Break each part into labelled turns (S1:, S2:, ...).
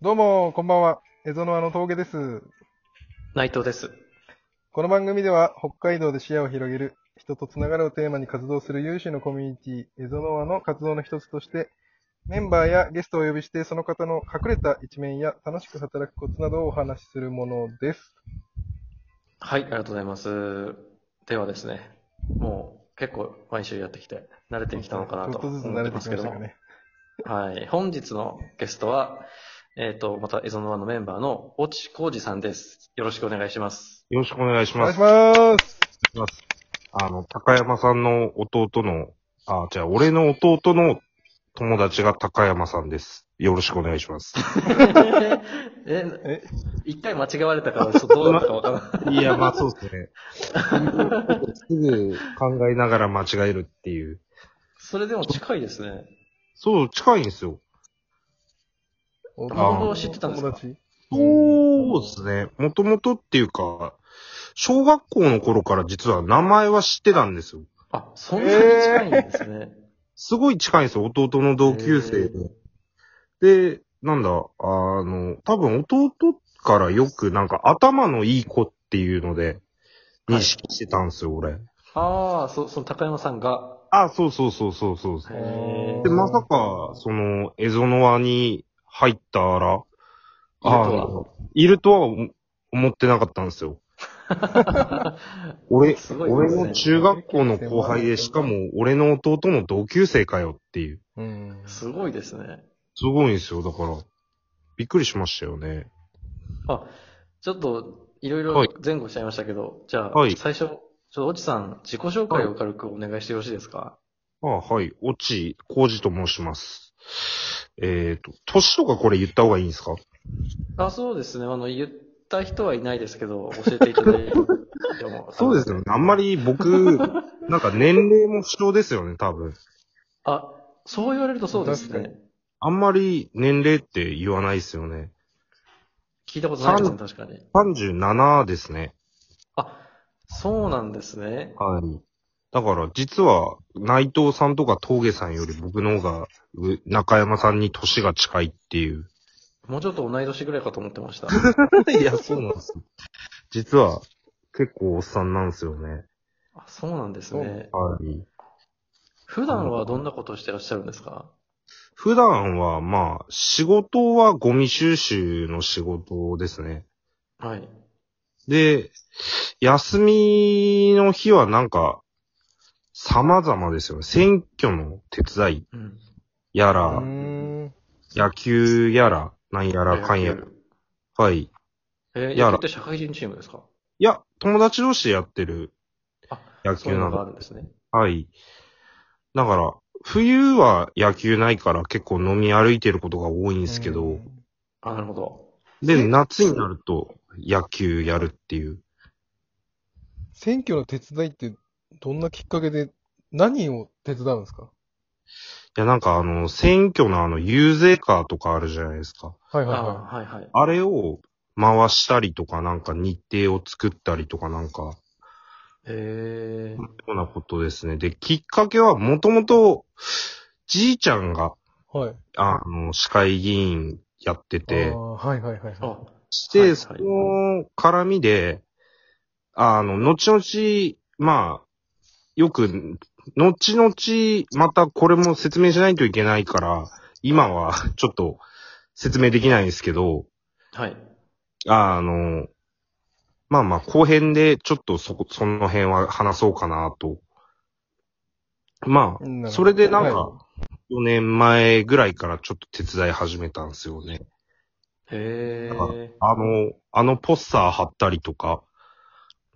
S1: どうも、こんばんは。エゾノアの峠です。
S2: 内藤です。
S1: この番組では、北海道で視野を広げる、人とつながるをテーマに活動する有志のコミュニティ、エゾノアの活動の一つとして、メンバーやゲストをお呼びして、その方の隠れた一面や楽しく働くコツなどをお話しするものです。
S2: はい、ありがとうございます。ではですね、もう結構毎週やってきて、慣れてきたのかなと
S1: ちょっと
S2: 思
S1: ずつ
S2: っ
S1: 慣れてき
S2: て
S1: ま
S2: ま
S1: し
S2: すけ
S1: た
S2: ど
S1: か
S2: も、
S1: ね。
S2: はい、本日のゲストは、えっ、と、またエゾノワのメンバーの落ち浩二さんです。よろしくお願い します。
S3: よろしくお願いし
S1: お
S3: ま
S1: 願いし
S3: す。
S1: ます。
S3: あの、高山さんの弟の、あ、じゃあ、俺の弟の友達が高山さんです。よろしくお願いします。
S2: え、
S1: え、
S2: 一回間違われたから、ちょっとどうだったかわからない。
S3: いや、まあそうですね。 すぐ考えながら間違えるっていう。
S2: それでも近いですね。
S3: そう、近いんですよ。
S2: 弟を知ってたんですか
S1: 友達
S3: そうですね。もともとっていうか、小学校の頃から実は名前は知ってたんですよ。
S2: あ、そんなに近いんです ね。
S3: すごい近いんですよ、弟の同級生で。で、なんだ、あの、多分弟からよくなんか頭のいい子っていうので、
S2: はい
S3: 認識してたんですよ、俺。
S2: ああ、そ、その高山さんが。
S3: あ、そうそうそうそうそうそう。
S2: へー
S3: で、まさか、その、エゾノアに入った
S2: い
S3: ら、
S2: るとは
S3: はいるとは思思ってなかったんですよ。 俺、
S2: すごいで
S3: 俺
S2: すね
S3: の中学校の後輩で、しかも俺の弟の同級生かよっていう。
S1: うん。
S2: すごいですね。
S3: すごいんですよ、だから。びっくりしましたよね。
S2: あ、ちょっと、いろい
S3: は
S2: ろ
S3: い
S2: 前後しちゃいましたけど、じゃあ、
S3: はい
S2: 最初、ちょっと、おちさん、自己紹介を軽くお願いしてよろしいですか
S3: ああはい。落ち、こうじと申します。えっ、と、年とかこれ言った方がいいんですか
S2: あ、そうですね。あの、言った人はいないですけど、教えていただ いても。でも
S3: そうですよね。あんまり 僕、なんか年齢も不詳ですよね、多分。
S2: あ、そう言われるとそうです
S1: 確か
S2: ね。
S3: あんまり年齢って言わないですよね。
S2: 聞いたことないですね、確かに。
S3: 37ですね。
S2: あ、そうなんですね。
S3: はい。だから、実は、内藤さんとか峠さんより僕の方が、う中山さんに年が近いっていう。
S2: もうちょっと同い年ぐらいかと思ってました。
S3: いや、そうなんですよ。実は、結構おっさんなんですよね。
S2: あ、そうなんですね。
S3: はい。
S2: 普段はどんなことをしてらっしゃるんですか
S3: 普段は、まあ、仕事はゴミ収集の仕事ですね。
S2: はい。
S3: で、休みの日はなんか、様々ですよね。選挙の手伝い
S2: うん。
S3: や
S1: う
S3: ら、
S1: ん。
S3: 野球やら、なんやらかんやら。はい。い
S2: えー、
S3: やら
S2: 野球って社会人チームですか
S3: や、友達同士でやってる
S2: あ
S3: 野
S2: そう
S3: 球
S2: いう
S3: な
S2: の
S3: の。
S2: があるんですね。
S3: はい。だから、冬は野球ないから結構飲み歩いてることが多い
S1: で
S3: んですけど、
S2: あ、なるほど。
S3: で、夏になると野球やるっていう。
S1: 選挙の手伝いって、どんなきっかけで、何を手伝うんですか
S3: いや、なんかあの、選挙のあの、遊説カーとかあるじゃないですか。
S1: はいはいは
S2: あはいはい。
S3: あれを回したりとか、なんか日程を作ったりとか、なんか、
S2: えー、
S3: そうなことですね。で、きっかけはもともと、じいちゃんが、
S1: い。はい。
S3: あの、市会議員やってて
S1: あー、はいはいはいはい。
S2: あ、
S3: し
S2: はいは
S3: て、
S2: い
S3: その絡みで、あの、後々、まあ、よく、後々、またこれも説明しないといけないから、今は ちょっと説明できないんですけど、
S2: はい。
S3: あの、まあまあ、後編でちょっとそこ、その辺は話そうかなと。ま
S1: な
S3: あ、
S1: るほど
S3: それでなんか
S1: は、
S3: 4年前ぐらいからちょっと手伝い始めたんですよね。
S2: え
S3: だか
S2: ー、
S3: あの、あのポスター貼ったりとか、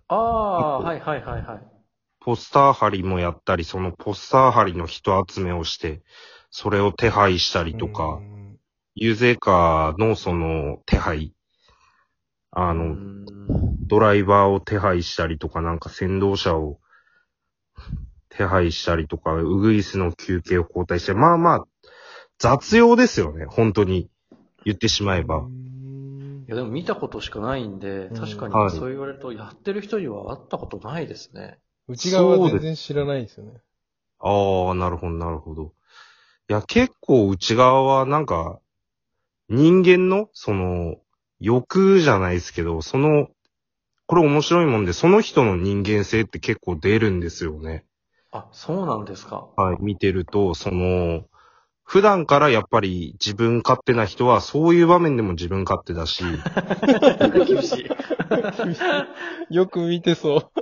S2: ああー、はいはいはいはい。
S3: ポスター貼りもやったり、そのポスター貼りの人集めをして、それを手配したりと
S1: う
S3: か、
S1: ん
S3: 遊説カーのその手配、あ
S2: うー
S3: の、
S2: ん
S3: ドライバーを手配したりとか、なんか先導車を手配したりとか、ウグイスの休憩を交代して、まあまあ、雑用ですよね、本当に。言ってしまえば。
S1: うん
S2: いやでも見たことしかないんで、確か
S3: うんは
S2: に
S3: い
S2: そう言われると、やってる人には会ったことないですね。
S1: 内側は
S3: そ
S1: 全
S3: うです
S1: 然知らないですよね。
S3: ああ、なるほど、なるほど。いや、結構内側はなんか、人間の、その、欲じゃないですけど、その、これ面白いもんで、その人の人間性って結構出るんですよね。
S2: あ、そうなんですか。
S3: はい。見てると、その、普段からやっぱり自分勝手な人は、そういう場面でも自分勝手だし、
S2: 厳しい。
S1: よく見てそう。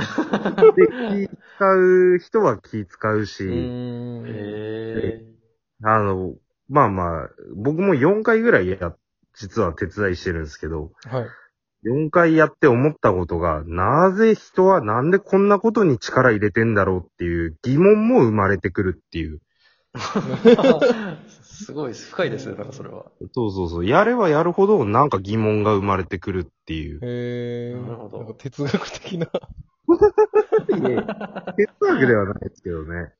S3: で気使う人は気使うし、
S1: うーん。
S2: え
S3: あの、まあまあ、僕も4回ぐらいや、実は手伝いしてるんですけど、
S1: はい。
S3: 4回やって思ったことが、なぜ人はなんでこんなことに力入れてんだろうっていう疑問も生まれてくるっていう。
S2: ー、 すごいです。深いですね、なんかそれは。
S3: そうそうそう。やればやるほどなんか疑問が生まれてくるっていう。
S1: へえ。
S2: なるほど
S1: んか哲学的な。
S3: 哲学ではないですけどね。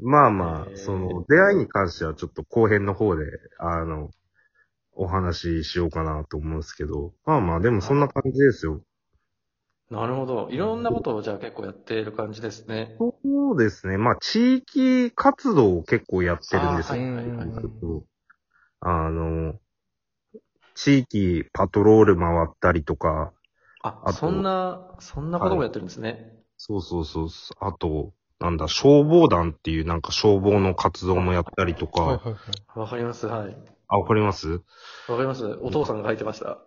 S3: まあま
S2: へ
S3: あ、
S2: ー
S3: その、出会いに関してはちょっと後編の方で、あの、お話ししようかなと思うんですけど。まあまあ、でもそんな感じですよ。
S2: なるほど。いろんなことをじゃあ結構やっている感じですね。
S3: そうですね。まあ、地域活動を結構やってるんです
S2: あ
S3: よ
S2: ーはいはいはい
S1: うん
S3: あの、地域パトロール回ったりとか、
S2: あ、
S3: あと
S2: そんな、そんなこともやってるんですね。
S3: そうそうそう、あと、なんだ、消防団っていうなんか消防の活動もやったりとか、
S1: はいはいはい。
S2: わ、かります。はい。
S3: あ、わかります
S2: わかります。お父さんが書いてました。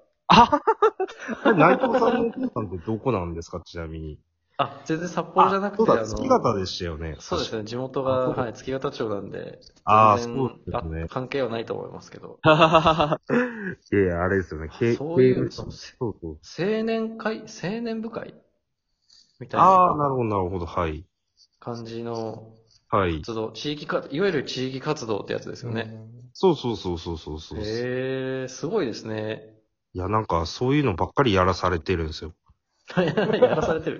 S3: これ 内藤さんのお父さんってどこなんですかち なみに。
S2: あ、全然札幌じゃなくて、
S3: そうだ、
S2: の
S3: 月形でしたよね。
S2: そうです
S3: ね。
S2: ね。地元が、
S3: あそう
S2: はい、月形町なんで。
S3: あー
S2: 全
S3: そうですね
S2: あ関係はないと思いますけど。
S3: いやいやあれですよね。け
S2: そうい
S3: 刑務
S2: う、
S3: 所
S2: そう
S3: そうそう。
S2: 青年会、青年部会みたい
S3: ああ、な
S2: な
S3: るほど、なるほど。はい。
S2: 感じの
S3: はい。
S2: 活動、地域か、いわゆる地域活動ってやつですよね。
S3: そうそうそうそうそうそう。
S2: へえー、すごいですね。
S3: いや、なんか、そういうのばっかりやらされてるんですよ。
S2: やらされて る。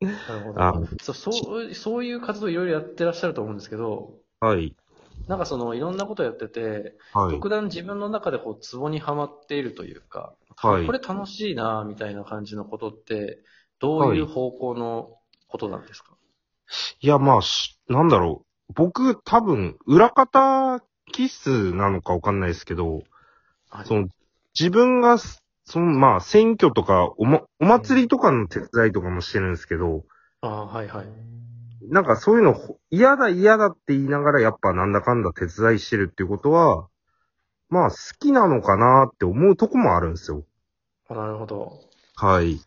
S2: なるほ
S3: あ
S2: ど。そう、そう、そういう活動いろいろやってらっしゃると思うんですけど、
S3: はい。
S2: なんかそのいろんなことやってて、
S3: はい。
S2: 特段自分の中でこう、ツボにはまっているというか、
S3: はい
S2: これ楽しいなぁみたいな感じのことって、どういう方向のことなんですか、
S3: いや、まあ、しなんだろう。僕、多分、裏方気質なのかわかんないですけど、
S2: はい
S3: その、自分がす、その、まあ、選挙とか、おま、お祭りとかの手伝いとかもしてるんですけど、
S2: ああ、はいはい。
S3: なんかそういうのほ、嫌だ嫌だって言いながら、やっぱなんだかんだ手伝いしてるっていうことは、まあ、好きなのかなって思うとこもあるんですよ。
S2: あなるほど。
S3: はい。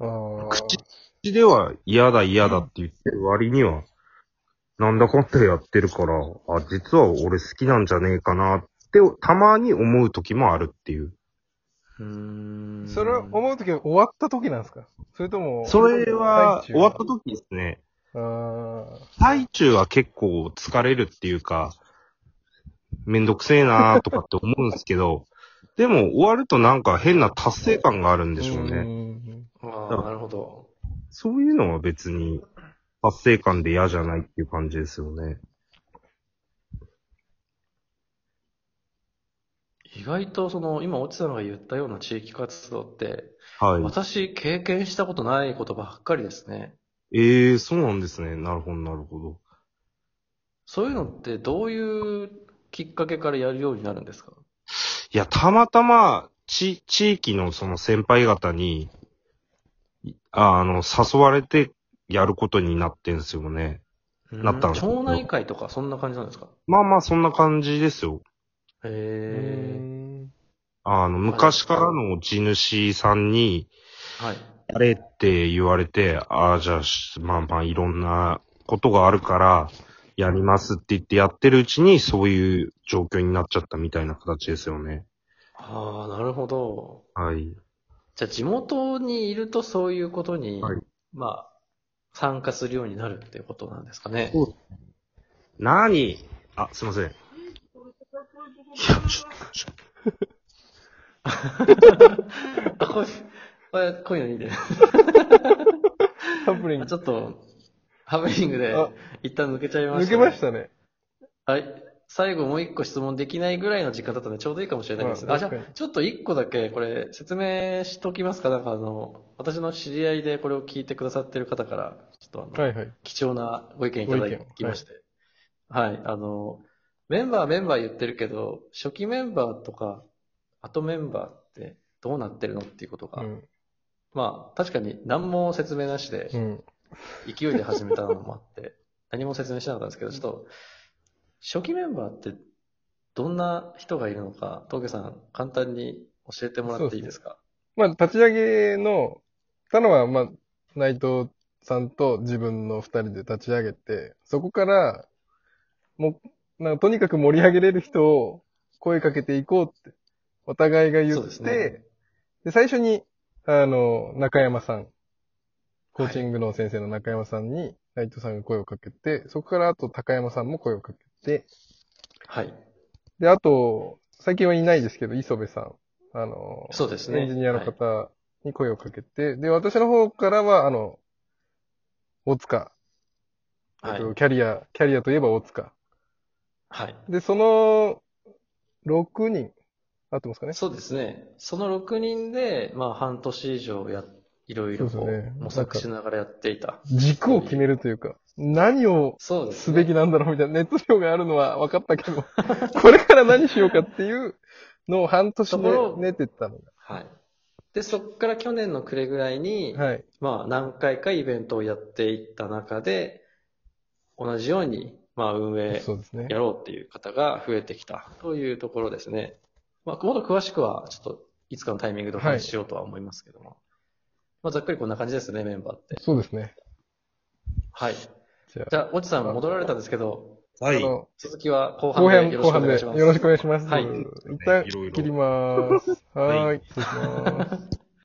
S1: ああ。
S3: 口口では嫌だ嫌だって言ってる割には、なんだかんだやってるから、あ、実は俺好きなんじゃねえかなって、たまに思う時もあるっていう。
S2: うーん。
S1: それは思うときは終わったときなんですかそれとも。
S3: それは、
S1: 最中
S3: 終わった時ですね。
S1: ああ。
S3: 最中は結構疲れるっていうか、めんどくせえなーとかって思うんですけど、 でも終わるとなんか変な達成感があるんでしょうね。
S1: ね。
S2: ああ、なるほど。
S3: そういうのは別に達成感で嫌じゃないっていう感じですよね。
S2: 意外とその、今、落ちさんが言ったような地域活動って、
S3: はい。
S2: 私、経験したことないことばっかりですね。
S3: ええそうなんですね。なるほど、なるほど。
S2: そういうのって、どういうきっかけからやるようになるんですか
S3: いや、たまたま、ち、地域のその先輩方に、いああの、誘われてやることになってんすよね。なったんですけど
S2: 町内会とか、そんな感じなんですか
S3: まあまあ、そんな感じですよ。
S1: う
S2: へ
S1: ん
S3: あの、昔からの地主さんに、
S2: え。はい。
S3: やれって言われて、ああ、じゃあ、しまあまあ、いろんなことがあるから、やりますって言ってやってるうちに、そういう状況になっちゃったみたいな形ですよね。
S2: ああ、なるほど。
S3: はい。
S2: じゃあ、地元にいるとそういうことに、
S3: はい
S2: まあ、参加するようになるっていうことなんですかね。
S3: なーにあ、すいません。いや、ちょっと、ちょっ
S2: あ、こういう、これこういうのいいね。
S1: ハプニング
S2: あ。ちょっと、ハプニングで
S1: あ、
S2: 一旦抜けちゃいま
S1: 抜
S2: した、
S1: けましたね。
S2: はい。最後もう一個質問できないぐらいの時間だったのでちょうどいいかもしれないです。
S1: まあ
S2: あ、じゃあ
S1: 確か、
S2: ちょっと一個だけこれ説明しときますか。なんかあの、私の知り合いでこれを聞いてくださってる方から、ちょっとあの、
S1: はいはい。
S2: 貴重なご意見いただきまして。はい、あの、メンバーメンバー言ってるけど、初期メンバーとか、後メンバーってどうなってるのっていうことが、
S1: うん。
S2: まあ確かに何も説明なしで
S1: う、ん。
S2: 勢いで始めたのもあって、 何も説明しなかったんですけど、ちょっと、初期メンバーってどんな人がいるのか、東京さん簡単に教えてもらっていいですか
S1: まあ、立ち上げの、たのは、まあ、内藤さんと自分の二人で立ち上げて、そこから、もう、なんかとにかく盛り上げれる人を声かけていこうって、お互いが言
S2: そ
S1: っ
S2: うで
S1: て、
S2: す
S1: で
S2: ね。
S1: 最初に、あの、中山さん、コーチングの先生の中山さんに、内藤さんが声をかけて、そこからあと高山さんも声をかけて、
S2: はい。
S1: で、あと、最近はいないですけど、磯部さん。あの、
S2: そうですね。
S1: エンジニアの
S2: はい
S1: 方に声をかけて、で、私の方からは、あの、大塚、
S2: は
S1: えっ。
S2: い
S1: とキャリア、キャリアといえば大塚。
S2: はい。
S1: で、その、6人、合ってますかね
S2: そうですね。その6人で、まあ半年以上や、いろいろ
S1: そう
S2: こ
S1: ですね
S2: う模索しながらやっていた。
S1: 軸を決めるというか、何を
S2: そうですす
S1: べ
S2: ね。
S1: きなんだろうみたいな、熱量があるのは分かったけ ど、これから何しようかっていうのを半年で
S2: ところ
S1: 練ってったのが。
S2: はい。で、そこから去年の暮れぐらいに、
S1: はい。
S2: まあ何回かイベントをやっていった中で、同じように、まあ運営
S1: そうですね。
S2: やろうっていう方が増えてきたというところですね。まあ、もっと詳しくは、ちょっといつかのタイミングでお話ししようとは思いますけども。まあ、ざっくりこんな感じですね、メンバーって。
S1: そうですね。
S2: はい。
S1: じゃ
S2: じゃあ、おちさん戻られたんですけど、
S1: あ、
S3: はい
S1: あ。の
S2: 続きは後
S1: 後
S2: 半
S1: 編、
S2: でよろ
S1: 後
S2: しくお
S1: 半で
S2: 願いします。
S1: よろしくお願いします。
S2: はい
S1: 一旦切ります。は
S3: ろいろ
S1: ーい。失礼します。